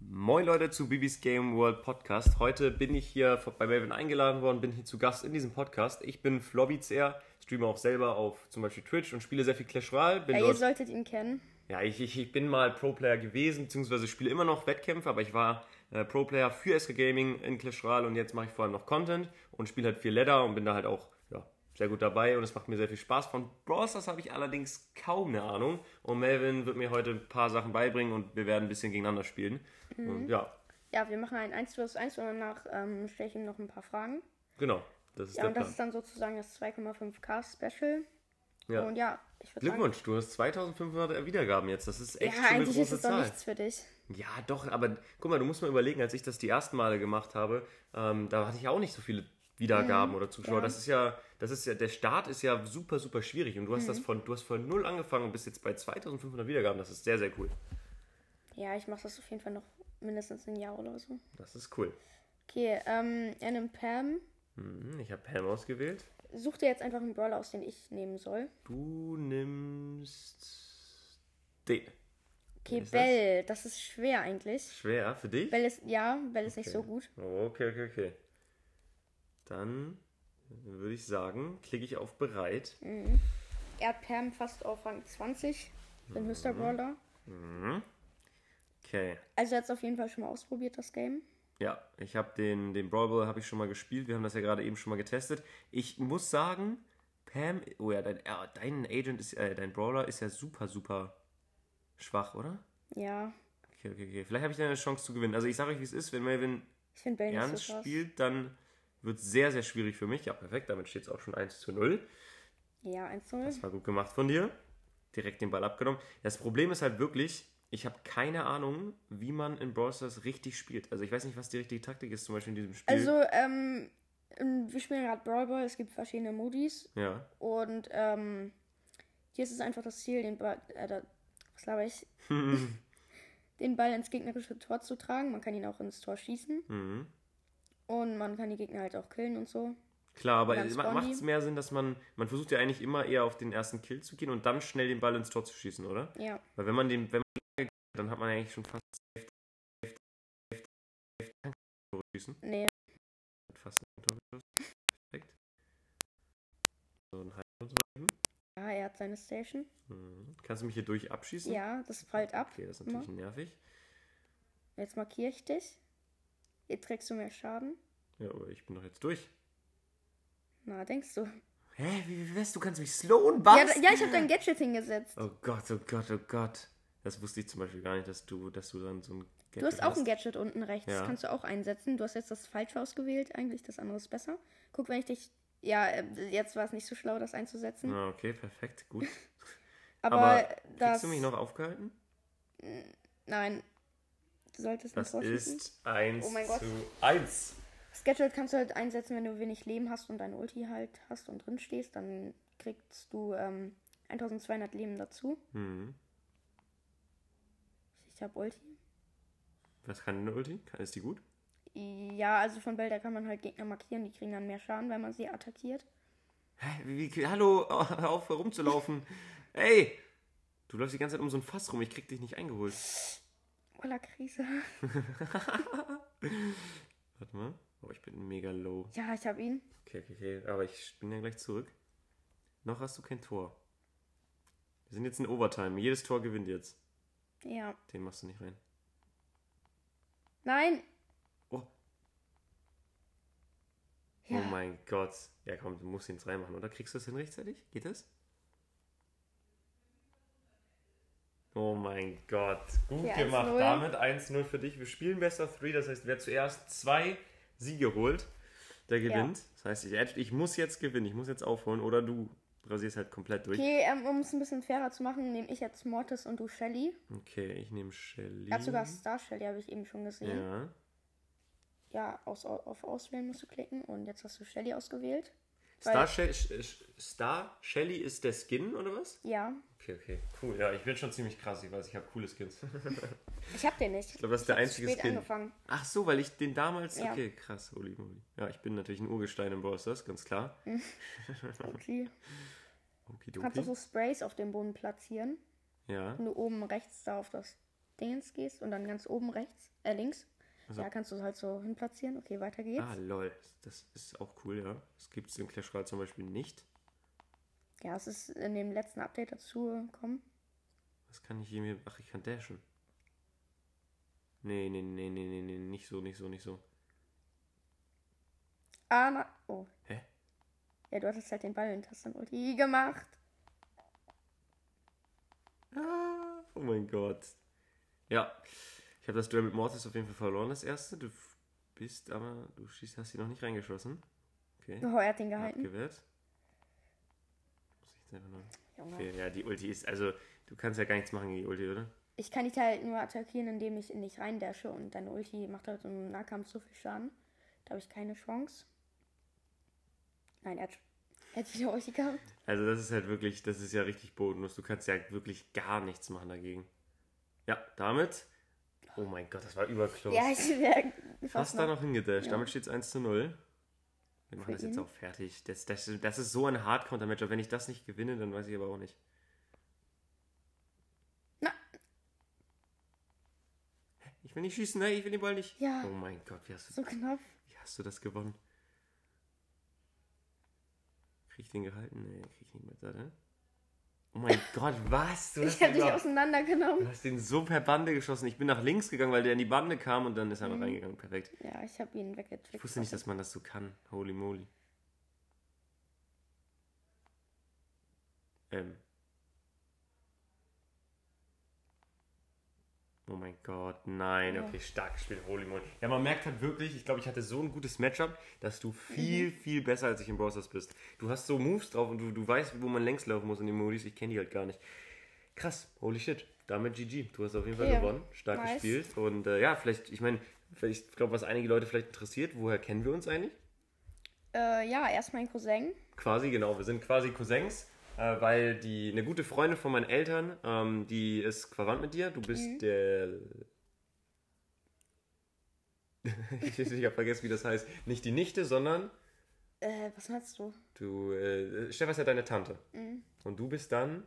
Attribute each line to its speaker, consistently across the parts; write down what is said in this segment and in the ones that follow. Speaker 1: Moin Leute zu Bibis Game World Podcast. Heute bin ich hier bei Melvin eingeladen worden, bin hier zu Gast in diesem Podcast. Ich bin Flobbyzer, streame auch selber auf zum Beispiel Twitch und spiele sehr viel Clash Royale. Bin
Speaker 2: Ja, ihr
Speaker 1: dort-
Speaker 2: solltet ihn kennen.
Speaker 1: ja, ich, ich, ich bin mal Pro-Player gewesen, beziehungsweise spiele immer noch Wettkämpfe, aber ich war äh, Pro-Player für SK Gaming in Clash Royale und jetzt mache ich vor allem noch Content und spiele halt viel Ladder und bin da halt auch ja, sehr gut dabei und es macht mir sehr viel Spaß. Von Brawl Stars habe ich allerdings kaum eine Ahnung und Melvin wird mir heute ein paar Sachen beibringen und wir werden ein bisschen gegeneinander spielen. Und ja,
Speaker 2: Ja, wir machen ein 1 vs 1 und danach ähm, stelle ich ihm noch ein paar Fragen.
Speaker 1: genau, das ist
Speaker 2: Ja,
Speaker 1: der
Speaker 2: und das
Speaker 1: Plan.
Speaker 2: ist dann sozusagen das 2,5K Special.
Speaker 1: Ja.
Speaker 2: Und ja, ich würde sagen.
Speaker 1: Glückwunsch, du hast 2500 Wiedergaben jetzt, das ist echt
Speaker 2: Ja,
Speaker 1: schon eine
Speaker 2: eigentlich
Speaker 1: große
Speaker 2: ist es doch
Speaker 1: Zahl.
Speaker 2: nichts für dich.
Speaker 1: Ja, doch, aber guck mal, du musst mal überlegen, als ich das die ersten Male gemacht habe, ähm, da hatte ich auch nicht so viele Wiedergaben oder Zuschauer.
Speaker 2: Mhm, ja.
Speaker 1: Das ist ja, das ist ja, der Start ist ja super, super schwierig und du hast das
Speaker 2: Mhm.
Speaker 1: von, du hast von null angefangen und bist jetzt bei 2500 Wiedergaben. Das ist sehr, sehr cool.
Speaker 2: Ja, ich mache das auf jeden Fall noch mindestens ein Jahr oder so.
Speaker 1: Das ist cool.
Speaker 2: Okay, ähm, er nimmt Pam.
Speaker 1: Mhm, ich habe Pam ausgewählt.
Speaker 2: Such dir jetzt einfach einen Brawler aus, den ich nehmen soll.
Speaker 1: Du nimmst den.
Speaker 2: Okay,
Speaker 1: Wer ist das?
Speaker 2: Bell. Das? ist schwer eigentlich.
Speaker 1: Schwer für dich?
Speaker 2: Bell ist, ja, Bell ist nicht so
Speaker 1: Okay.
Speaker 2: gut.
Speaker 1: Oh, Okay, okay, okay. Dann würde ich sagen, klicke ich auf bereit.
Speaker 2: Er hat Pam fast auf Rang 20. Sein
Speaker 1: Mhm.
Speaker 2: höchster Brawler.
Speaker 1: Okay.
Speaker 2: Also er hat es auf jeden Fall schon mal ausprobiert, das Game.
Speaker 1: Ja, ich habe den, den Brawl Ball habe ich schon mal gespielt. Wir haben das ja gerade eben schon mal getestet. Ich muss sagen, Pam, oh ja, dein, ah, dein Agent ist, äh, dein Brawler ist ja super, super schwach, oder?
Speaker 2: Ja,
Speaker 1: Okay, okay, okay. Vielleicht habe ich da eine Chance zu gewinnen. Also ich sage euch, wie es ist, wenn Melvin
Speaker 2: Ich finde Bell nicht
Speaker 1: ernst
Speaker 2: so krass.
Speaker 1: spielt, dann wird es sehr, sehr schwierig für mich. Ja, perfekt, damit steht es auch schon 1 zu 0.
Speaker 2: Ja, 1-0.
Speaker 1: Das war gut gemacht von dir. Direkt den Ball abgenommen. Das Problem ist halt wirklich, ich habe keine Ahnung, wie man in Brawl Stars richtig spielt. Also ich weiß nicht, was die richtige Taktik ist, zum Beispiel in diesem Spiel.
Speaker 2: Also, ähm, wir spielen gerade Brawl Ball, es gibt verschiedene Modis
Speaker 1: ja.
Speaker 2: und ähm, hier ist es einfach das Ziel, den Ball, äh, da, was laber ich, den Ball ins gegnerische Tor zu tragen. Man kann ihn auch ins Tor schießen
Speaker 1: Mhm.
Speaker 2: und man kann die Gegner halt auch killen und so.
Speaker 1: Klar, aber
Speaker 2: Ganz
Speaker 1: macht es
Speaker 2: Bondi.
Speaker 1: mehr Sinn, dass man, man versucht ja eigentlich immer eher auf den ersten Kill zu gehen und dann schnell den Ball ins Tor zu schießen, oder?
Speaker 2: Ja,
Speaker 1: Weil wenn man den, wenn man, dann hat man eigentlich schon fast safe, safe, safe, safe, safe Tore schießen.
Speaker 2: nee.
Speaker 1: Hat Fast ein Tor geschossen. Perfekt. So ein halb und so eben.
Speaker 2: Ja, er hat seine Station.
Speaker 1: Mhm. Kannst du mich hier durch abschießen?
Speaker 2: Ja, das prallt ab.
Speaker 1: Okay, das ist natürlich nervig.
Speaker 2: Jetzt markiere ich dich. Jetzt trägst du mehr Schaden.
Speaker 1: Ja, aber ich bin doch jetzt durch.
Speaker 2: Na, denkst du?
Speaker 1: Hä, wie, wie wär's? Du kannst mich slowen,
Speaker 2: Ja,
Speaker 1: was?
Speaker 2: da- ja, ich habe dein Gadget hingesetzt.
Speaker 1: Oh Gott, oh Gott, oh Gott. Das wusste ich zum Beispiel gar nicht, dass du, dass du dann so ein
Speaker 2: Du hast auch ein Gadget unten rechts.
Speaker 1: Ja.
Speaker 2: Das kannst du auch einsetzen. Du hast jetzt das Falsche ausgewählt, eigentlich. Das andere ist besser. Guck, wenn ich dich. Ja, äh, jetzt war es nicht so schlau, das einzusetzen.
Speaker 1: Ah, okay, perfekt, gut.
Speaker 2: hm? Aber,
Speaker 1: Aber
Speaker 2: das.
Speaker 1: Kriegst du mich noch aufgehalten?
Speaker 2: Nein. Du solltest
Speaker 1: Das
Speaker 2: nicht rausschießen.
Speaker 1: ist 1
Speaker 2: Oh mein Gott.
Speaker 1: zu 1.
Speaker 2: Das Gadget kannst du halt einsetzen, wenn du wenig Leben hast und dein Ulti halt hast und drin stehst. Dann kriegst du ähm, 1200 Leben dazu.
Speaker 1: Hm.
Speaker 2: Ich habe Ulti.
Speaker 1: Was kann eine Ulti? Kann- Ist die gut?
Speaker 2: Ja, also von Bell, da kann man halt Gegner markieren. Die kriegen dann mehr Schaden, wenn man sie attackiert.
Speaker 1: Hä, Wie, wie, hallo, oh, hör auf herumzulaufen. Ey! Du läufst die ganze Zeit um so ein Fass rum, ich krieg dich nicht eingeholt.
Speaker 2: Voller Krise.
Speaker 1: Warte mal. Oh, ich bin mega low.
Speaker 2: Ja, ich habe ihn.
Speaker 1: Okay, okay, okay. Aber ich bin ja gleich zurück. Noch hast du kein Tor. Wir sind jetzt in Overtime. Jedes Tor gewinnt jetzt.
Speaker 2: Ja.
Speaker 1: Den machst du nicht rein.
Speaker 2: Nein!
Speaker 1: Oh,
Speaker 2: Ja.
Speaker 1: oh mein Gott. Ja, komm, du musst ihn jetzt reinmachen, oder? Kriegst du das hin rechtzeitig? Geht das? Oh mein Gott. Gut
Speaker 2: Okay,
Speaker 1: gemacht.
Speaker 2: 1-0.
Speaker 1: Damit 1-0 für dich. Wir spielen Best of Three. Das heißt, wer zuerst zwei Siege holt, der gewinnt. Das heißt, ich, ich muss jetzt gewinnen. Ich muss jetzt aufholen. Oder du rasierst halt komplett durch.
Speaker 2: Okay, ähm, um es ein bisschen fairer zu machen, nehme ich jetzt Mortis und du Shelly.
Speaker 1: Okay, ich nehme Shelly.
Speaker 2: Er hat sogar Star Shelly, habe ich eben schon gesehen.
Speaker 1: Mhm. Ja.
Speaker 2: Ja, aus, auf Auswählen musst du klicken und jetzt hast du Shelly ausgewählt.
Speaker 1: Star,
Speaker 2: Weil-
Speaker 1: She Sh- Star Shelly ist der Skin, oder was?
Speaker 2: Ja,
Speaker 1: Okay, okay, cool. Ja, ich bin schon ziemlich krass. Ich weiß, ich habe coole Skins.
Speaker 2: ich habe den nicht. Ich
Speaker 1: glaube, das ist der einzige
Speaker 2: spät
Speaker 1: Skin.
Speaker 2: angefangen.
Speaker 1: Ach so, weil ich den damals.
Speaker 2: Ja.
Speaker 1: Okay, krass, Uli, Uli. Ja, ich bin natürlich ein Urgestein im Brawl Stars, ganz klar.
Speaker 2: Okay. Du kannst auch
Speaker 1: Okidoki.
Speaker 2: so Sprays auf dem Boden platzieren.
Speaker 1: Ja.
Speaker 2: Wenn du oben rechts da auf das Dingens gehst und dann ganz oben rechts, äh, links, da kannst du es halt so hinplatzieren. Okay, weiter geht's.
Speaker 1: Also Ah, lol. Das ist auch cool, ja. Das gibt es in Clash Royale zum Beispiel nicht.
Speaker 2: Ja, es ist in dem letzten Update dazu gekommen.
Speaker 1: Was kann ich hier mir. Ach, ich kann dashen. Nee, nee, nee, nee, nee, nee. Nicht so, nicht so, nicht so.
Speaker 2: Ah, na, oh.
Speaker 1: Hä?
Speaker 2: Ja, du hattest halt den Ball in Tastenulti gemacht.
Speaker 1: Ah, oh mein Gott. Ja. Ich habe das Duell mit Mortis auf jeden Fall verloren, das erste. Du f- bist aber. Du schießt, hast sie noch nicht reingeschossen. Okay.
Speaker 2: Oh, er hat ihn gehalten.
Speaker 1: Abgewehrt. Muss ich jetzt einfach nur.
Speaker 2: Junge.
Speaker 1: Okay, ja, die Ulti ist. Also, du kannst ja gar nichts machen gegen die Ulti, oder?
Speaker 2: Ich kann dich halt nur attackieren, indem ich in dich reindasche und deine Ulti macht halt im Nahkampf so viel Schaden. Da habe ich keine Chance. Nein, er hat, er hat wieder Ulti gehabt.
Speaker 1: Also das ist halt wirklich, das ist ja richtig bodenlos. Du kannst ja wirklich gar nichts machen dagegen. Ja, damit. Oh mein Gott, das war überkloß.
Speaker 2: Ja, ich wäre
Speaker 1: Fast
Speaker 2: fast
Speaker 1: da
Speaker 2: noch.
Speaker 1: noch hingedasht.
Speaker 2: ne? Ja.
Speaker 1: Damit steht es 1 zu 0. Wir machen
Speaker 2: Für
Speaker 1: das jetzt
Speaker 2: ihn.
Speaker 1: auch fertig. Das, das, das ist so ein Hardcounter-Matchup. Wenn ich das nicht gewinne, dann weiß ich aber auch nicht.
Speaker 2: Na.
Speaker 1: Hä? Ich will nicht schießen, ne? Ich will den Ball nicht.
Speaker 2: Ja.
Speaker 1: Oh mein Gott, wie hast du
Speaker 2: So knapp.
Speaker 1: wie hast du das gewonnen? Krieg ich den gehalten? Nee, krieg ich nicht mit, oder? Oh mein Gott, was? Du hast,
Speaker 2: Ich habe
Speaker 1: den
Speaker 2: dich
Speaker 1: über- du
Speaker 2: auseinandergenommen.
Speaker 1: hast den so per Bande geschossen. Ich bin nach links gegangen, weil der in die Bande kam und dann ist er
Speaker 2: Mhm.
Speaker 1: noch reingegangen. Perfekt.
Speaker 2: Ja, ich habe ihn weggetrickt.
Speaker 1: Ich wusste nicht, dass man das so kann. Holy moly. Ähm. Oh mein Gott, nein.
Speaker 2: Ja.
Speaker 1: Okay, stark gespielt. Holy moly. Ja, man merkt halt wirklich, ich glaube, ich hatte so ein gutes Matchup, dass du viel, viel besser als ich im Browsers bist. Du hast so Moves drauf und du, du weißt, wo man längs laufen muss in den Modis. Ich kenne die halt gar nicht. Krass, holy shit. Damit GG. Du hast auf jeden Fall
Speaker 2: Okay.
Speaker 1: gewonnen. Stark
Speaker 2: Nice.
Speaker 1: gespielt. Und äh, ja, vielleicht, ich meine, ich glaube, was einige Leute vielleicht interessiert, woher kennen wir uns eigentlich?
Speaker 2: Äh, ja, erst mein Cousin.
Speaker 1: Quasi, genau. Wir sind quasi Cousins, äh, weil die eine gute Freundin von meinen Eltern, ähm, die ist verwandt mit dir. Du bist der. ich habe vergessen, wie das heißt. Nicht die Nichte, sondern
Speaker 2: Äh, was meinst du?
Speaker 1: du. Äh, Stefan ist ja deine Tante. Und du bist dann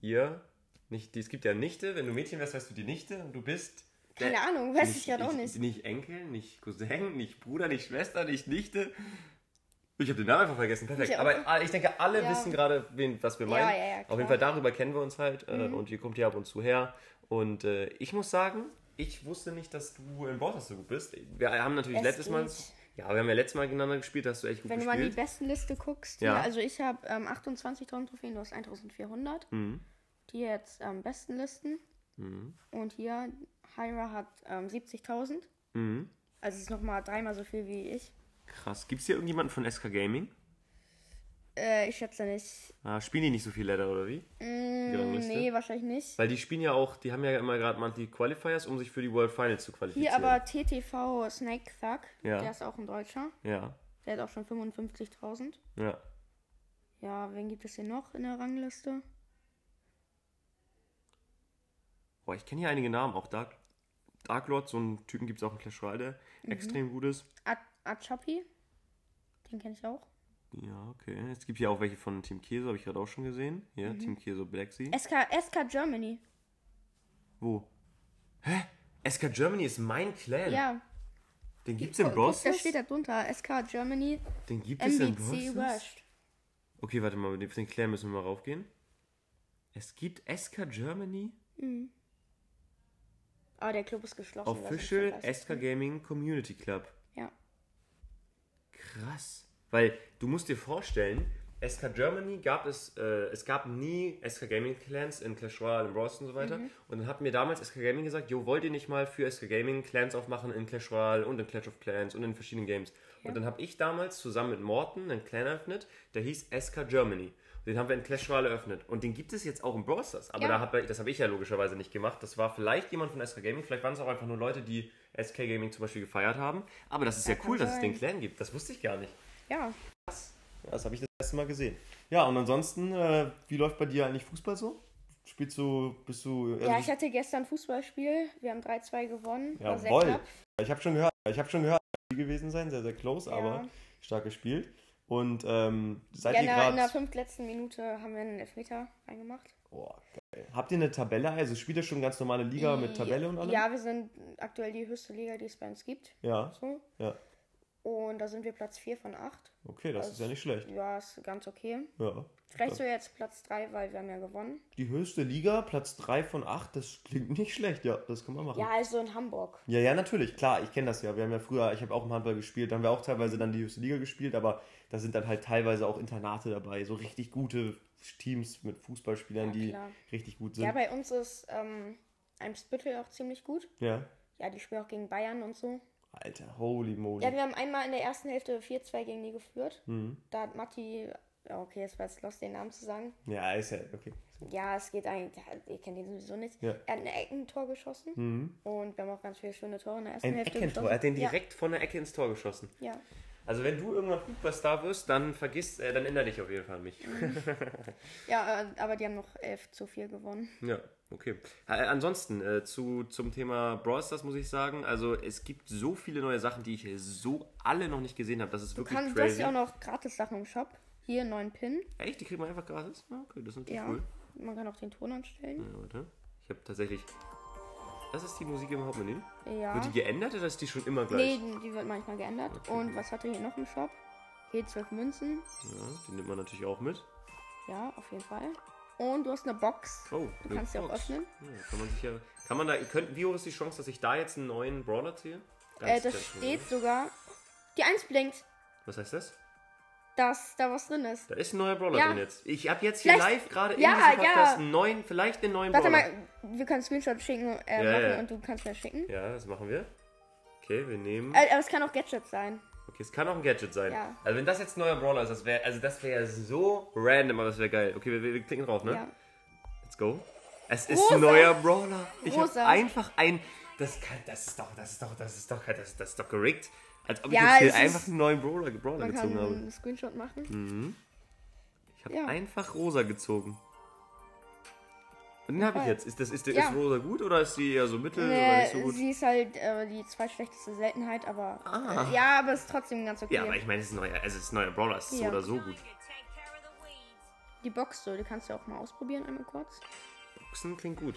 Speaker 1: ihr. Nicht, die, es gibt ja Nichte. Wenn du Mädchen wärst, wärst du die Nichte. Und du bist.
Speaker 2: Keine
Speaker 1: der-
Speaker 2: Ahnung, weiß ich gerade auch nicht.
Speaker 1: Nicht Enkel, nicht Cousin, nicht Bruder, nicht Schwester, nicht Nichte. Ich habe den Namen einfach vergessen. Perfekt.
Speaker 2: Ich auch.
Speaker 1: Aber ah, ich denke, alle
Speaker 2: Ja.
Speaker 1: wissen gerade, wen, was wir meinen.
Speaker 2: ja, ja,
Speaker 1: Auf jeden
Speaker 2: klar. Mhm.
Speaker 1: Fall darüber kennen wir uns halt. Äh, Und ihr kommt hier ab und zu her. Und äh, ich muss sagen, ich wusste nicht, dass du in Borders so gut bist. Wir haben natürlich
Speaker 2: Es
Speaker 1: letztes Mal.
Speaker 2: geht.
Speaker 1: Ja, wir haben ja letztes Mal gegeneinander gespielt, da hast du echt gut
Speaker 2: Wenn du mal in die
Speaker 1: gespielt.
Speaker 2: Bestenliste guckst,
Speaker 1: Ja.
Speaker 2: hier, also ich habe ähm, 28.000 Trophäen, du hast 1.400.
Speaker 1: Mhm.
Speaker 2: Die jetzt ähm, Bestenlisten.
Speaker 1: Mhm.
Speaker 2: Und hier, Hyra hat ähm, 70.000.
Speaker 1: Mhm.
Speaker 2: Also es ist nochmal dreimal so viel wie ich.
Speaker 1: Krass. Gibt es hier irgendjemanden von SK Gaming?
Speaker 2: Äh, ich schätze nicht.
Speaker 1: Ah, spielen die nicht so viel Ladder oder wie?
Speaker 2: Mm,
Speaker 1: Rangliste?
Speaker 2: nee, wahrscheinlich nicht.
Speaker 1: Weil die spielen ja auch, die haben ja immer gerade Monthly Qualifiers, um sich für die World Finals zu qualifizieren.
Speaker 2: Hier aber TTV Snake Thug,
Speaker 1: Ja.
Speaker 2: der ist auch ein Deutscher.
Speaker 1: Ja,
Speaker 2: Der hat auch schon 55.000.
Speaker 1: ja.
Speaker 2: Ja, wen gibt es hier noch in der Rangliste?
Speaker 1: Boah, ich kenne hier einige Namen, auch Dark, Dark Lord, so einen Typen gibt es auch in Clash Royale, der
Speaker 2: Mhm.
Speaker 1: extrem gut ist.
Speaker 2: Ad- Achapi, den kenne ich auch.
Speaker 1: Ja, okay. Es gibt hier auch welche von Team Keso, habe ich gerade auch schon gesehen. Hier,
Speaker 2: Mhm.
Speaker 1: Team Keso Black Sea.
Speaker 2: SK, SK Germany.
Speaker 1: Wo? Hä? SK Germany ist mein Clan.
Speaker 2: Ja,
Speaker 1: Den gibt's in
Speaker 2: guck,
Speaker 1: Bros.
Speaker 2: da steht da drunter. SK Germany,
Speaker 1: Den gibt es in
Speaker 2: MBC
Speaker 1: Bros.
Speaker 2: West.
Speaker 1: Okay, warte mal, mit dem Clan müssen wir mal raufgehen. Es gibt SK Germany
Speaker 2: Ah, der Club ist geschlossen. das ist
Speaker 1: Official
Speaker 2: verpasst.
Speaker 1: SK Gaming Community Club.
Speaker 2: Ja.
Speaker 1: Krass. Weil du musst dir vorstellen, SK Germany gab es, äh, es gab nie SK Gaming Clans in Clash Royale, in Bros und so weiter. Und dann hat mir damals SK Gaming gesagt, jo, wollt ihr nicht mal für SK Gaming Clans aufmachen in Clash Royale und in Clash of Clans und in verschiedenen Games. Und dann habe ich damals zusammen mit Morten einen Clan eröffnet, der hieß SK Germany. Und Den haben wir in Clash Royale eröffnet. Und den gibt es jetzt auch in Brawl Stars. Aber
Speaker 2: Ja.
Speaker 1: da hab, ich- das habe ich ja logischerweise nicht gemacht. Das war vielleicht jemand von SK Gaming. Vielleicht waren es auch einfach nur Leute, die SK Gaming zum Beispiel gefeiert haben. Aber das ist ja
Speaker 2: kann
Speaker 1: cool, dass es den
Speaker 2: sein.
Speaker 1: Clan gibt. Das wusste ich gar nicht.
Speaker 2: Ja,
Speaker 1: Also Ja, Das habe ich das erste Mal gesehen. Ja, und ansonsten, äh, wie läuft bei dir eigentlich Fußball so? Spielst du, bist du.
Speaker 2: ja, ich hatte gestern ein Fußballspiel. Wir haben 3-2 gewonnen. War sehr
Speaker 1: Jawohl.
Speaker 2: knapp.
Speaker 1: Ich habe schon gehört, ich habe schon gehört, viel gewesen sein, sehr, sehr close,
Speaker 2: Ja.
Speaker 1: aber stark gespielt. Und ähm, seid
Speaker 2: Ja,
Speaker 1: ihr
Speaker 2: in der, in der
Speaker 1: gerade.
Speaker 2: fünftletzten Minute haben wir einen Elfmeter reingemacht.
Speaker 1: Boah, Habt ihr eine Tabelle? Also spielt ihr schon ganz normale Liga mit Tabelle und allem?
Speaker 2: Ja, wir sind aktuell die höchste Liga, die es bei uns gibt.
Speaker 1: Ja.
Speaker 2: So.
Speaker 1: Ja.
Speaker 2: Und da sind wir Platz 4 von 8.
Speaker 1: Okay, das ist ja nicht schlecht.
Speaker 2: Ja, ist ganz okay.
Speaker 1: Ja.
Speaker 2: Vielleicht so jetzt Platz 3, weil wir haben ja gewonnen.
Speaker 1: Die höchste Liga, Platz 3 von 8, das klingt nicht schlecht, ja, das kann man machen.
Speaker 2: Ja, also in Hamburg.
Speaker 1: Ja, ja, natürlich, klar, ich kenne das ja. Wir haben ja früher, ich habe auch im Handball gespielt, da haben wir auch teilweise dann die höchste Liga gespielt, aber da sind dann halt teilweise auch Internate dabei, so richtig gute Teams mit Fußballspielern,
Speaker 2: Ja,
Speaker 1: die
Speaker 2: klar.
Speaker 1: richtig gut
Speaker 2: Ja,
Speaker 1: sind.
Speaker 2: bei uns ist ähm, Eimsbüttel auch ziemlich gut.
Speaker 1: Ja.
Speaker 2: Ja, die spielen auch gegen Bayern und so.
Speaker 1: Alter, holy moly.
Speaker 2: Ja, wir haben einmal in der ersten Hälfte 4-2 gegen die geführt.
Speaker 1: Mhm.
Speaker 2: Da hat Matti, ja, okay, jetzt war es los, den Namen zu sagen.
Speaker 1: Ja, ist ja, okay.
Speaker 2: Ja, es geht eigentlich, ja, ihr kennt ihn sowieso nicht.
Speaker 1: Ja.
Speaker 2: Er hat ein Eckentor geschossen
Speaker 1: Mhm.
Speaker 2: und wir haben auch ganz viele schöne Tore in der ersten
Speaker 1: Ein
Speaker 2: Hälfte
Speaker 1: Eckentor,
Speaker 2: geschossen.
Speaker 1: er hat den
Speaker 2: Ja,
Speaker 1: direkt von der Ecke ins Tor geschossen.
Speaker 2: Ja.
Speaker 1: Also wenn du irgendwann Fußballstar wirst, dann vergiss, äh, dann ändere dich auf jeden Fall an mich.
Speaker 2: Ja, äh, aber die haben noch 11 zu 4 gewonnen.
Speaker 1: Ja, okay. Äh, ansonsten äh, zu, zum Thema Brawl Stars muss ich sagen, also es gibt so viele neue Sachen, die ich so alle noch nicht gesehen habe. Das ist
Speaker 2: Du,
Speaker 1: wirklich
Speaker 2: kannst, du hast
Speaker 1: crazy.
Speaker 2: ja auch noch gratis Sachen im Shop. Hier einen neuen Pin.
Speaker 1: Echt, die kriegt man einfach gratis? Ah, Okay, das ist natürlich
Speaker 2: Ja.
Speaker 1: cool.
Speaker 2: Man kann auch den Ton anstellen.
Speaker 1: Ja, warte. Ich habe tatsächlich... Das ist die Musik im Hauptmenü.
Speaker 2: Ja.
Speaker 1: Mhm. Wird die geändert oder ist die schon immer
Speaker 2: Nee,
Speaker 1: gleich?
Speaker 2: die die wird manchmal geändert. Und was hat er hier noch im Shop? Hier 12 Münzen.
Speaker 1: Ja, die nimmt man natürlich auch mit.
Speaker 2: Ja, auf jeden Fall. Und du hast eine Box.
Speaker 1: Oh,
Speaker 2: du
Speaker 1: eine
Speaker 2: kannst sie auch
Speaker 1: Box.
Speaker 2: öffnen.
Speaker 1: Ja, kann man sich ja... Kann man da... Könnt, wie hoch ist die Chance, dass ich da jetzt einen neuen Brawler ziehe?
Speaker 2: Äh,
Speaker 1: Ganz
Speaker 2: das
Speaker 1: zentral,
Speaker 2: steht
Speaker 1: oder?
Speaker 2: sogar. Die 1 blinkt,
Speaker 1: Was heißt das?
Speaker 2: dass da was drin ist.
Speaker 1: Da ist ein neuer Brawler
Speaker 2: Ja.
Speaker 1: drin jetzt. Ich habe jetzt hier
Speaker 2: Vielleicht-
Speaker 1: live gerade in
Speaker 2: Ja,
Speaker 1: diesem Podcast
Speaker 2: ja.
Speaker 1: einen neuen, vielleicht einen neuen
Speaker 2: Warte
Speaker 1: Brawler.
Speaker 2: mal, wir können Screenshot schicken äh,
Speaker 1: Ja,
Speaker 2: machen
Speaker 1: ja.
Speaker 2: und du kannst mir schicken.
Speaker 1: Ja, das machen wir. Okay, wir nehmen.
Speaker 2: Äh, aber es kann auch Gadget sein.
Speaker 1: Okay, es kann auch ein Gadget sein.
Speaker 2: Ja.
Speaker 1: Also wenn das jetzt ein neuer Brawler ist, das wäre also das wäre ja so random, aber das wäre geil. Okay, wir, wir, wir klicken drauf, ne?
Speaker 2: Ja.
Speaker 1: Let's go. Es ist
Speaker 2: Rosa.
Speaker 1: ein neuer Brawler. Ich habe
Speaker 2: Rosa.
Speaker 1: einfach ein das kann das ist doch das ist doch das ist doch das ist, das ist doch gerickt. Als ob ich
Speaker 2: Ja,
Speaker 1: jetzt hier
Speaker 2: es ist-
Speaker 1: einfach einen neuen Brawler, Brawler
Speaker 2: Man
Speaker 1: gezogen
Speaker 2: kann
Speaker 1: habe.
Speaker 2: einen Screenshot machen.
Speaker 1: Hm. Ich habe
Speaker 2: Ja.
Speaker 1: einfach rosa gezogen. Und den habe ich
Speaker 2: Voll.
Speaker 1: jetzt. Ist, das, ist,
Speaker 2: Ja.
Speaker 1: ist rosa gut oder ist die eher so mittel oder
Speaker 2: Äh,
Speaker 1: nicht so gut?
Speaker 2: sie ist halt äh, die zweitschlechteste Seltenheit, aber. Äh, ja, aber ist trotzdem ganz okay.
Speaker 1: Ah. Ja, aber ich meine, es ist neuer, also es ist neuer Brawler, es ist
Speaker 2: Ja.
Speaker 1: so oder so gut.
Speaker 2: die Box so, die kannst du auch mal ausprobieren, einmal kurz.
Speaker 1: Boxen klingt gut.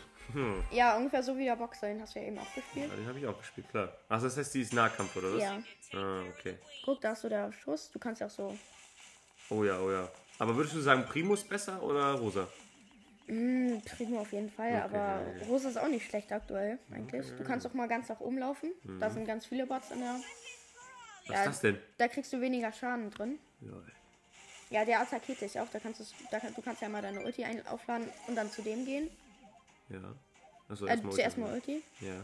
Speaker 2: Ja, ungefähr so wie der Boxer, den hast du ja eben auch gespielt.
Speaker 1: Ja, den habe ich auch gespielt, klar. Ach, das heißt, die ist Nahkampf, oder was?
Speaker 2: Ja.
Speaker 1: Ah, okay.
Speaker 2: Guck, da ist so der Schuss. Du kannst ja auch so.
Speaker 1: Oh ja, oh ja. Aber würdest du sagen, Primus besser oder Rosa?
Speaker 2: Hm, Primo auf jeden Fall, aber Rosa ist auch nicht schlecht aktuell, eigentlich. Du kannst auch mal ganz nach oben laufen. Da sind ganz viele Bots in der.
Speaker 1: Mhm. Was
Speaker 2: Ja.
Speaker 1: ist das denn?
Speaker 2: Da kriegst du weniger Schaden drin.
Speaker 1: Lol.
Speaker 2: Ja, der attackiert dich auch. Da kannst du, da, kann- du kannst ja mal deine Ulti ein, aufladen und dann zu dem gehen.
Speaker 1: Ja. Achso,
Speaker 2: Äh,
Speaker 1: erstmal.
Speaker 2: zuerst mal Ulti.
Speaker 1: Ja.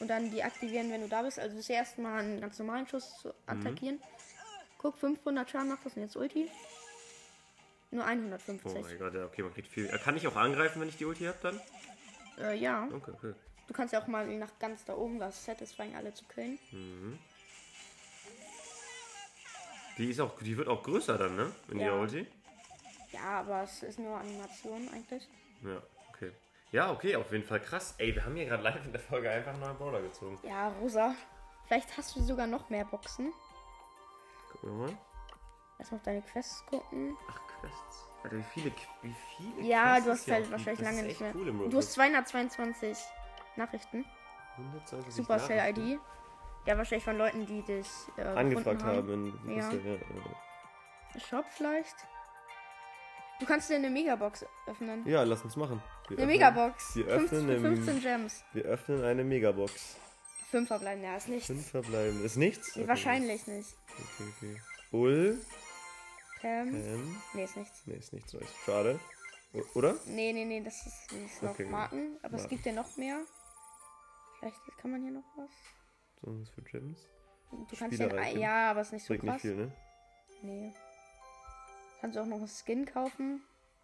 Speaker 2: Und dann die aktivieren, wenn du da bist. Also zuerst mal einen ganz normalen Schuss
Speaker 1: Mhm.
Speaker 2: zu attackieren. Guck, 500 Schaden macht das und jetzt Ulti. Nur
Speaker 1: Oh
Speaker 2: 150.
Speaker 1: mein Gott, ja, okay, man kriegt viel. Äh, Kann ich auch angreifen, wenn ich die Ulti habe dann?
Speaker 2: äh, ja,
Speaker 1: Okay, okay.
Speaker 2: du kannst ja auch mal nach ganz da oben was satisfying alle zu killen.
Speaker 1: Die ist auch, die wird auch größer dann, ne? In
Speaker 2: Ja.
Speaker 1: ihrer Ulti.
Speaker 2: Ja, aber es ist nur Animation eigentlich.
Speaker 1: Ja, okay. Ja, okay, auf jeden Fall krass. Ey, wir haben hier gerade live in der Folge einfach einen neuen Brawler gezogen.
Speaker 2: Ja, Rosa. Vielleicht hast du sogar noch mehr Boxen.
Speaker 1: Gucken wir mal.
Speaker 2: Lass mal auf deine Quests gucken.
Speaker 1: Ach, Quests. Alter, wie viele, wie viele
Speaker 2: Ja,
Speaker 1: Quests
Speaker 2: du
Speaker 1: es
Speaker 2: hast
Speaker 1: hier
Speaker 2: halt
Speaker 1: auch
Speaker 2: wahrscheinlich
Speaker 1: gibt. Das
Speaker 2: lange
Speaker 1: ist
Speaker 2: nicht
Speaker 1: echt
Speaker 2: mehr.
Speaker 1: Cool im Rocket.
Speaker 2: du hast 222 Nachrichten.
Speaker 1: 120
Speaker 2: Supercell
Speaker 1: Nachrichten.
Speaker 2: ID. Ja, wahrscheinlich von Leuten, die dich äh,
Speaker 1: Angefragt
Speaker 2: gefunden
Speaker 1: haben. in-
Speaker 2: Ja.
Speaker 1: ja, äh, ja.
Speaker 2: Shop vielleicht. Du kannst dir eine Megabox öffnen.
Speaker 1: ja, lass uns machen. Wir öffnen-
Speaker 2: Eine Megabox.
Speaker 1: Wir öffnen,
Speaker 2: 15,
Speaker 1: eine-
Speaker 2: 15 Gems.
Speaker 1: wir öffnen eine Megabox.
Speaker 2: Fünf verbleiben, ja, ist nichts.
Speaker 1: Fünf verbleiben. Ist nichts?
Speaker 2: Nee,
Speaker 1: Okay,
Speaker 2: wahrscheinlich nicht.
Speaker 1: Okay, okay. Bull.
Speaker 2: Pam.
Speaker 1: Ähm,
Speaker 2: Nee, ist nichts.
Speaker 1: nee, ist nichts Neues. Schade. O oder?
Speaker 2: Nee, nee, nee, das ist, das ist noch
Speaker 1: Okay.
Speaker 2: Marken. Aber es
Speaker 1: Marken.
Speaker 2: gibt ja noch mehr. Vielleicht kann man hier noch was.
Speaker 1: So, was für Gems?
Speaker 2: Du kannst den.
Speaker 1: Spielerei,
Speaker 2: Ei-
Speaker 1: ne?
Speaker 2: Ja, aber ist nicht so
Speaker 1: Bringt nicht
Speaker 2: krass.
Speaker 1: viel, ne?
Speaker 2: Nee. Kannst du auch noch einen Skin kaufen?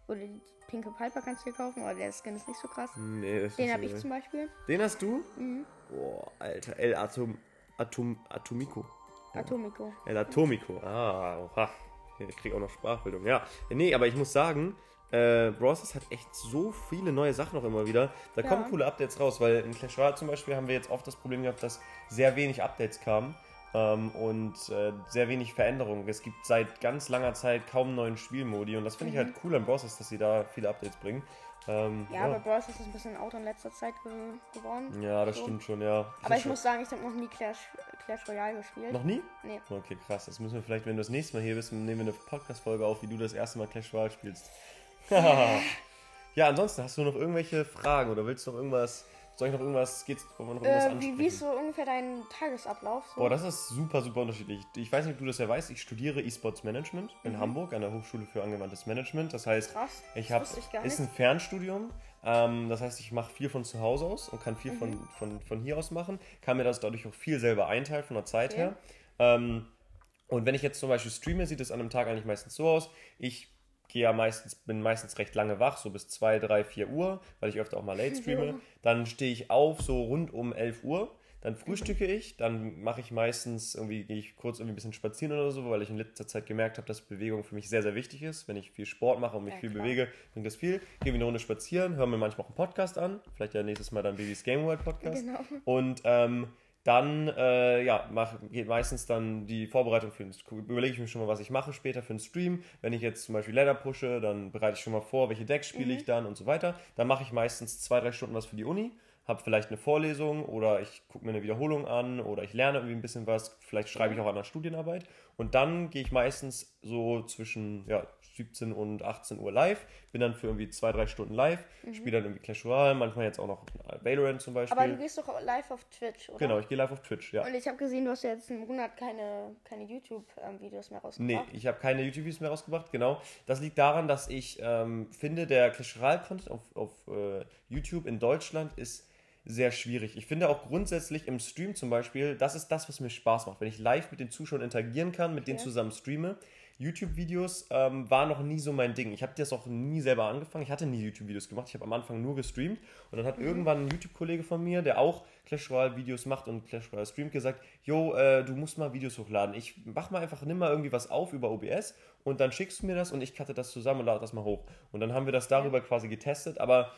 Speaker 2: Oder die pinke Piper kannst du dir kaufen, aber der Skin ist nicht so krass.
Speaker 1: Nee, das ist
Speaker 2: Den
Speaker 1: nicht
Speaker 2: habe
Speaker 1: so
Speaker 2: ich
Speaker 1: geil.
Speaker 2: zum Beispiel.
Speaker 1: Den hast du?
Speaker 2: Mhm.
Speaker 1: Boah, Alter. El Atom, Atom, Atomico.
Speaker 2: Atomico.
Speaker 1: El Atomico. Ah, oha. Ich krieg auch noch Sprachbildung. Ja. Nee, aber ich muss sagen, äh, Brawl Stars hat echt so viele neue Sachen noch immer wieder. Da
Speaker 2: Ja.
Speaker 1: kommen coole Updates raus, weil in Clash Royale zum Beispiel haben wir jetzt oft das Problem gehabt, dass sehr wenig Updates kamen. Ähm, und äh, sehr wenig Veränderungen. Es gibt seit ganz langer Zeit kaum neuen Spielmodi und das finde ich halt cool an Brawl Stars, dass sie da viele Updates bringen. Ähm,
Speaker 2: Mhm. Ja, aber Brawl Stars ist ein bisschen out in letzter Zeit ge geworden.
Speaker 1: Ja, das
Speaker 2: So.
Speaker 1: stimmt schon, ja. Das
Speaker 2: Aber
Speaker 1: ist
Speaker 2: ich
Speaker 1: schon-
Speaker 2: muss sagen, ich habe noch nie Clash, Clash Royale gespielt.
Speaker 1: Noch nie?
Speaker 2: Nee.
Speaker 1: Okay, krass. Das müssen wir vielleicht, wenn du das nächste Mal hier bist, nehmen wir eine Podcast-Folge auf, wie du das erste Mal Clash Royale spielst. ja, ansonsten hast du noch irgendwelche Fragen oder willst du noch irgendwas, soll ich noch irgendwas, geht's, wollen wir noch irgendwas
Speaker 2: Äh,
Speaker 1: ansprechen?
Speaker 2: wie, wie ist so ungefähr dein Tagesablauf? So?
Speaker 1: Boah, das ist super, super unterschiedlich. Ich weiß nicht, ob du das ja weißt, ich studiere E-Sports Management in Hamburg an der Hochschule für angewandtes Management. Das heißt,
Speaker 2: Mhm. Krass,
Speaker 1: ich
Speaker 2: das
Speaker 1: habe,
Speaker 2: wusste ich gar
Speaker 1: ist ein
Speaker 2: nicht.
Speaker 1: Fernstudium. Ähm, das heißt, ich mache viel von zu Hause aus und kann viel
Speaker 2: Mhm.
Speaker 1: von, von, von hier aus machen. Kann mir das dadurch auch viel selber einteilen von der Zeit
Speaker 2: Okay.
Speaker 1: her. Ähm, und wenn ich jetzt zum Beispiel streame, sieht es an einem Tag eigentlich meistens so aus. Ich gehe ja meistens, bin meistens recht lange wach, so bis 2, 3, 4 Uhr, weil ich öfter auch mal late streame.
Speaker 2: Ja.
Speaker 1: Dann stehe ich auf, so rund um 11 Uhr. Dann frühstücke ich, dann mache ich meistens irgendwie, gehe ich kurz irgendwie ein bisschen spazieren oder so, weil ich in letzter Zeit gemerkt habe, dass Bewegung für mich sehr, sehr wichtig ist. Wenn ich viel Sport mache und mich
Speaker 2: Ja,
Speaker 1: viel
Speaker 2: klar.
Speaker 1: bewege, bringt das viel. Gehe mir eine Runde spazieren, höre mir manchmal auch einen Podcast an. Vielleicht ja nächstes Mal dann Babys Game World Podcast.
Speaker 2: Genau.
Speaker 1: Und ähm, dann, äh, ja, mach, geht meistens dann die Vorbereitung für den Stream. Überlege ich mir schon mal, was ich mache später für den Stream. Wenn ich jetzt zum Beispiel Ladder pushe, dann bereite ich schon mal vor, welche Decks spiele ich dann und so weiter. Dann mache ich meistens zwei, drei Stunden was für die Uni. Habe vielleicht eine Vorlesung oder ich gucke mir eine Wiederholung an oder ich lerne irgendwie ein bisschen was. Vielleicht schreibe ich auch an einer Studienarbeit. Und dann gehe ich meistens so zwischen ja, 17 und 18 Uhr live. Bin dann für irgendwie zwei, drei Stunden live. Spiele dann irgendwie Clash Royale, manchmal jetzt auch noch Valorant zum Beispiel.
Speaker 2: Aber du gehst doch live auf Twitch, oder?
Speaker 1: Genau, ich gehe live auf Twitch, ja.
Speaker 2: Und ich habe gesehen, du hast Ah ja jetzt einen Monat keine, keine YouTube-Videos mehr
Speaker 1: Nee,
Speaker 2: rausgebracht.
Speaker 1: ich habe keine YouTube-Videos mehr rausgebracht, genau. Das liegt daran, dass ich ähm, finde, der Clash-Royale-Content auf, auf äh, YouTube in Deutschland ist sehr schwierig. Ich finde auch grundsätzlich im Stream zum Beispiel, das ist das, was mir Spaß macht. Wenn ich live mit den Zuschauern interagieren kann, mit denen
Speaker 2: Okay.
Speaker 1: zusammen streame. YouTube-Videos ähm, war noch nie so mein Ding. Ich habe das auch nie selber angefangen. Ich hatte nie YouTube-Videos gemacht. Ich habe am Anfang nur gestreamt. Und dann hat irgendwann ein YouTube-Kollege von mir, der auch Clash Royale-Videos macht und Clash Royale streamt, gesagt, Jo, äh, du musst mal Videos hochladen. Ich mach mal einfach, nimm mal irgendwie was auf über OBS und dann schickst du mir das und ich cutte das zusammen und lade das mal hoch. Und dann haben wir das darüber quasi getestet. Aber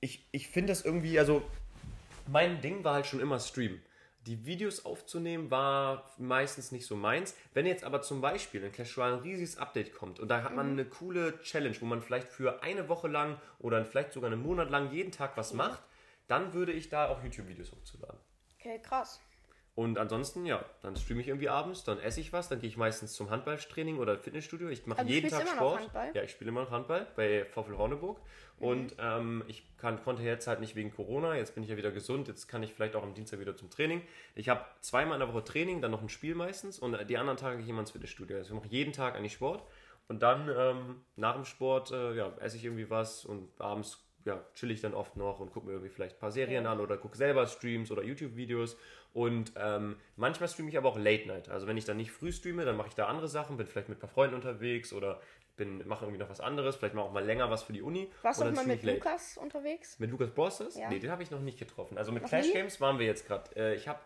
Speaker 1: ich, ich finde das irgendwie, also mein Ding war halt schon immer Stream. Die Videos aufzunehmen war meistens nicht so meins. Wenn jetzt aber zum Beispiel in Clash Royale ein riesiges Update kommt und da hat man eine coole Challenge, wo man vielleicht für eine Woche lang oder vielleicht sogar einen Monat lang jeden Tag was macht, dann würde ich da auch YouTube-Videos hochzuladen.
Speaker 2: Okay, krass.
Speaker 1: Und ansonsten, ja, dann streame ich irgendwie abends, dann esse ich was, dann gehe ich meistens zum Handballtraining oder Fitnessstudio. Ich mache
Speaker 2: Also du
Speaker 1: jeden
Speaker 2: spielst
Speaker 1: Tag
Speaker 2: immer noch
Speaker 1: Sport.
Speaker 2: Handball? Mhm.
Speaker 1: Ja, ich spiele immer noch Handball bei VfL Horneburg. Und ähm, ich kann, konnte jetzt halt nicht wegen Corona, jetzt bin ich ja wieder gesund, jetzt kann ich vielleicht auch am Dienstag wieder zum Training. Ich habe zweimal in der Woche Training, dann noch ein Spiel meistens und die anderen Tage gehe ich immer ins Fitnessstudio. Also ich mache jeden Tag eigentlich Sport. Und dann ähm, nach dem Sport äh, ja, esse ich irgendwie was und abends ja, chill ich dann oft noch und gucke mir irgendwie vielleicht ein paar Serien an oder gucke selber Streams oder YouTube-Videos. Und ähm, manchmal streame ich aber auch Late Night. Also wenn ich dann nicht früh streame, dann mache ich da andere Sachen, bin vielleicht mit ein paar Freunden unterwegs oder bin, mache irgendwie noch was anderes, vielleicht mache auch mal länger was für die Uni.
Speaker 2: Warst
Speaker 1: und
Speaker 2: du
Speaker 1: dann
Speaker 2: auch mal
Speaker 1: streame
Speaker 2: mit
Speaker 1: ich late.
Speaker 2: Lukas unterwegs?
Speaker 1: Mit Lukas Borstes?
Speaker 2: Ja.
Speaker 1: Nee, den habe ich noch nicht getroffen. Also mit
Speaker 2: Noch
Speaker 1: Clash
Speaker 2: nie?
Speaker 1: Games waren wir jetzt gerade. Äh, ich habe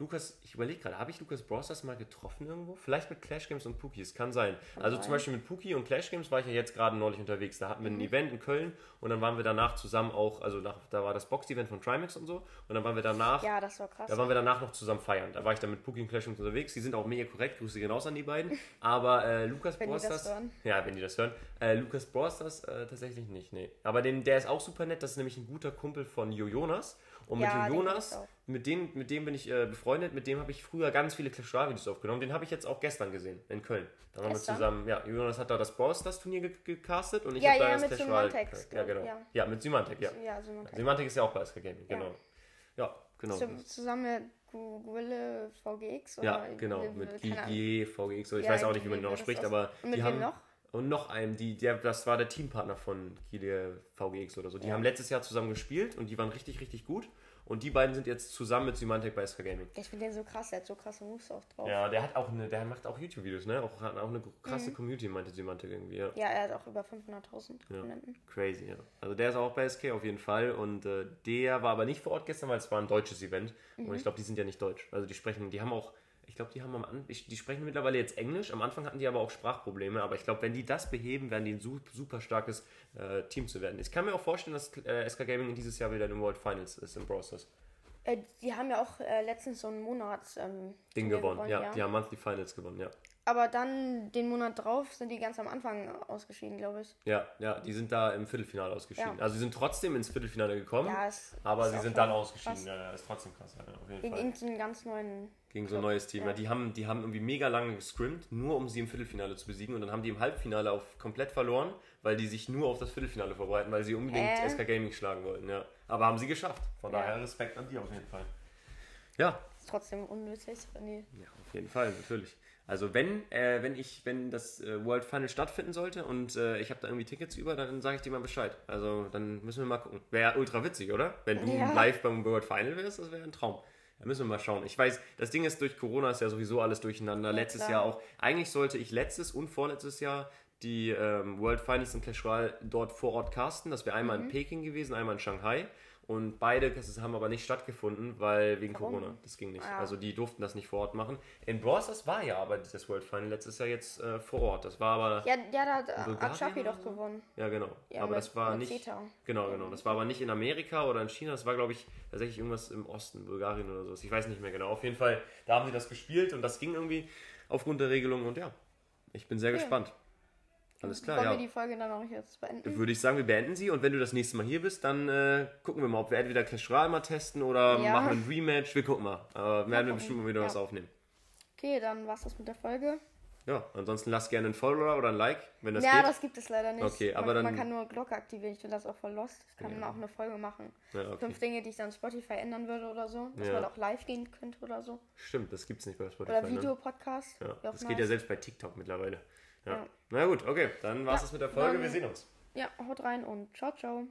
Speaker 1: Lukas, ich überlege gerade, habe ich Lukas Borstes mal getroffen irgendwo? Vielleicht mit Clash Games und Pookie, es kann sein. also zum
Speaker 2: sein. Mhm.
Speaker 1: Beispiel mit Pookie und Clash Games war ich ja jetzt gerade neulich unterwegs. Da hatten wir ein Event in Köln und dann waren wir danach zusammen auch, also nach, da war das Box-Event von Trimax und so. Und dann waren wir danach
Speaker 2: Ja, das war krass.
Speaker 1: da waren wir danach noch zusammen feiern. Da war ich dann mit Puki und Clash Jungs unterwegs. Die sind auch mega korrekt. Grüße gehen raus an die beiden. Aber äh, Lukas
Speaker 2: Wenn die das
Speaker 1: Borsters.
Speaker 2: hören.
Speaker 1: Ja, wenn die das hören. Äh, Lukas Borsters äh, tatsächlich nicht, nee. Aber den, der ist auch super nett. Das ist nämlich ein guter Kumpel von Jo Jonas. Und mit
Speaker 2: Ja,
Speaker 1: Jo
Speaker 2: den kenn ich
Speaker 1: Jonas,
Speaker 2: auch.
Speaker 1: mit dem, mit dem bin ich äh, befreundet. Mit dem habe ich früher ganz viele Clash Royale Videos aufgenommen. Den habe ich jetzt auch gestern gesehen in Köln. Da waren
Speaker 2: Gestern?
Speaker 1: wir zusammen. Ja, Jo Jonas hat da das Borsters Turnier ge gecastet und ich
Speaker 2: Ja,
Speaker 1: habe da
Speaker 2: ja,
Speaker 1: das
Speaker 2: mit
Speaker 1: Clash
Speaker 2: Symantec,
Speaker 1: Royale. Ja,
Speaker 2: glaub ich,
Speaker 1: genau. Ja.
Speaker 2: ja.
Speaker 1: mit Symantec, ja.
Speaker 2: ja, so man kann.
Speaker 1: Symantec ist ja auch bei SK Gaming,
Speaker 2: Ja.
Speaker 1: genau. Ja, genau.
Speaker 2: Zu- Zusammen mit Gu- Guille VGX
Speaker 1: Ja,
Speaker 2: oder
Speaker 1: genau,
Speaker 2: Guille-
Speaker 1: mit
Speaker 2: keine Ahnung.
Speaker 1: GG, VGX, oder ich
Speaker 2: Ja,
Speaker 1: weiß auch nicht, wie man
Speaker 2: GG,
Speaker 1: genau
Speaker 2: das
Speaker 1: spricht,
Speaker 2: war's.
Speaker 1: aber
Speaker 2: Und mit
Speaker 1: die
Speaker 2: wem
Speaker 1: haben
Speaker 2: noch?
Speaker 1: und noch einem, die der das war der Teampartner von Kiel VGX oder so. Die haben letztes Jahr zusammen gespielt und die waren richtig richtig gut und die beiden sind jetzt zusammen mit Symantec bei SK Gaming.
Speaker 2: Ich finde den so krass, der hat so krasse Moves auch drauf.
Speaker 1: Ja, der hat auch eine der macht auch YouTube Videos, ne? Auch hat auch
Speaker 2: Mhm.
Speaker 1: eine krasse Community meinte Symantec irgendwie. Ja.
Speaker 2: Ja, er hat auch über 500.000
Speaker 1: Ja.
Speaker 2: Abonnenten.
Speaker 1: Crazy, ja. Also der ist auch bei SK auf jeden Fall und äh, der war aber nicht vor Ort gestern, weil es war ein deutsches Event
Speaker 2: Mhm.
Speaker 1: und ich glaube, die sind ja nicht deutsch. Also die sprechen, die haben auch, ich glaube, die haben am An ich, die sprechen mittlerweile jetzt Englisch. Am Anfang hatten die aber auch Sprachprobleme, aber ich glaube, wenn die das beheben, werden die ein su super starkes äh, Team zu werden. Ich kann mir auch vorstellen, dass äh, SK Gaming dieses Jahr wieder in den World Finals ist im Brawl Stars.
Speaker 2: Äh, die haben ja auch äh, letztens so einen Monats ähm,
Speaker 1: Ding
Speaker 2: Turnier
Speaker 1: gewonnen, ja. Die
Speaker 2: ja.
Speaker 1: haben Monthly Finals gewonnen, ja.
Speaker 2: aber dann den Monat drauf sind die ganz am Anfang ausgeschieden, glaube ich.
Speaker 1: Ja, ja, die sind da im Viertelfinale ausgeschieden.
Speaker 2: Ja.
Speaker 1: Also sie sind trotzdem ins Viertelfinale gekommen,
Speaker 2: Ja, es
Speaker 1: aber
Speaker 2: ist
Speaker 1: sie
Speaker 2: auch
Speaker 1: sind
Speaker 2: schon
Speaker 1: dann ausgeschieden.
Speaker 2: krass.
Speaker 1: Ja, ja, ist trotzdem krass. Ja, auf jeden
Speaker 2: Gegen
Speaker 1: Fall.
Speaker 2: irgendeinen ganz neuen.
Speaker 1: Gegen so ein neues Team. Ja. die, haben, die haben irgendwie mega lange geskrimmt, nur um sie im Viertelfinale zu besiegen. Und dann haben die im Halbfinale auch komplett verloren, weil die sich nur auf das Viertelfinale vorbereiten, weil sie unbedingt
Speaker 2: Hä?
Speaker 1: SK Gaming schlagen wollten. Ja. Aber haben sie geschafft. Von
Speaker 2: Ja.
Speaker 1: daher Respekt an die auf jeden Fall. Ja,
Speaker 2: Ist trotzdem unnötig. Nee.
Speaker 1: Ja, auf jeden Fall, natürlich. Also wenn, äh, wenn ich, wenn das äh, World Final stattfinden sollte und äh, ich habe da irgendwie Tickets über, dann sage ich dir mal Bescheid. Also dann müssen wir mal gucken. Wäre ultra witzig, oder? Wenn du
Speaker 2: Ja.
Speaker 1: live beim World Final wärst, das wäre ein Traum. Da müssen wir mal schauen. Ich weiß, das Ding ist, durch Corona ist ja sowieso alles durcheinander. letztes
Speaker 2: klar.
Speaker 1: Jahr auch. Eigentlich sollte ich letztes und vorletztes Jahr die ähm, World Finals in Clash Royale dort vor Ort casten. Das wäre einmal
Speaker 2: Mhm.
Speaker 1: in Peking gewesen, einmal in Shanghai. Und beide Casts haben aber nicht stattgefunden, weil wegen
Speaker 2: Warum?
Speaker 1: Corona. Das ging nicht.
Speaker 2: Ah.
Speaker 1: Also die durften das nicht vor Ort machen. In Brawl Stars war ja aber das World Final letztes Jahr jetzt äh, vor Ort. Das war aber
Speaker 2: Ja, ja, da hat äh,
Speaker 1: Bulgarien
Speaker 2: Achapi
Speaker 1: oder
Speaker 2: doch
Speaker 1: so?
Speaker 2: gewonnen.
Speaker 1: ja, genau.
Speaker 2: Ja,
Speaker 1: aber
Speaker 2: mit-
Speaker 1: das war
Speaker 2: mit
Speaker 1: nicht.
Speaker 2: CETA.
Speaker 1: Genau, genau. Das war aber nicht in Amerika oder in China. Das war, glaube ich, tatsächlich irgendwas im Osten, Bulgarien oder sowas. Ich weiß nicht mehr genau. Auf jeden Fall, da haben sie das gespielt und das ging irgendwie aufgrund der Regelung und ja. Ich bin sehr gespannt. Alles klar,
Speaker 2: Wollen
Speaker 1: ja.
Speaker 2: wir die Folge dann auch jetzt beenden?
Speaker 1: Würde ich sagen, wir beenden sie und wenn du das nächste Mal hier bist, dann äh, gucken wir mal, ob wir entweder Clash Royale mal testen oder
Speaker 2: Ja.
Speaker 1: machen ein Rematch. Wir gucken mal. Aber werden wir
Speaker 2: gucken.
Speaker 1: bestimmt mal wieder
Speaker 2: Ja.
Speaker 1: was aufnehmen.
Speaker 2: Okay, dann war's das mit der Folge.
Speaker 1: Ja, ansonsten lasst gerne einen Follower oder ein Like, wenn das
Speaker 2: ja,
Speaker 1: geht.
Speaker 2: das gibt es leider nicht.
Speaker 1: Okay, aber
Speaker 2: man,
Speaker 1: dann-
Speaker 2: man kann nur Glocke aktivieren. Ich finde das auch voll lost. Ich kann auch eine Folge machen.
Speaker 1: Ja, okay.
Speaker 2: Fünf Dinge, die ich dann Spotify ändern würde oder so. Dass
Speaker 1: Ja.
Speaker 2: man auch live gehen könnte oder so.
Speaker 1: Stimmt, das gibt's nicht bei Spotify.
Speaker 2: Oder
Speaker 1: Ne?
Speaker 2: Videopodcast.
Speaker 1: Ja,
Speaker 2: Wäre auch
Speaker 1: das geht ja
Speaker 2: nice.
Speaker 1: selbst bei TikTok mittlerweile. Ja.
Speaker 2: Ja.
Speaker 1: Na gut, okay, dann war's
Speaker 2: Ja,
Speaker 1: das mit der Folge.
Speaker 2: dann-
Speaker 1: Wir sehen uns.
Speaker 2: ja, haut rein und ciao, ciao.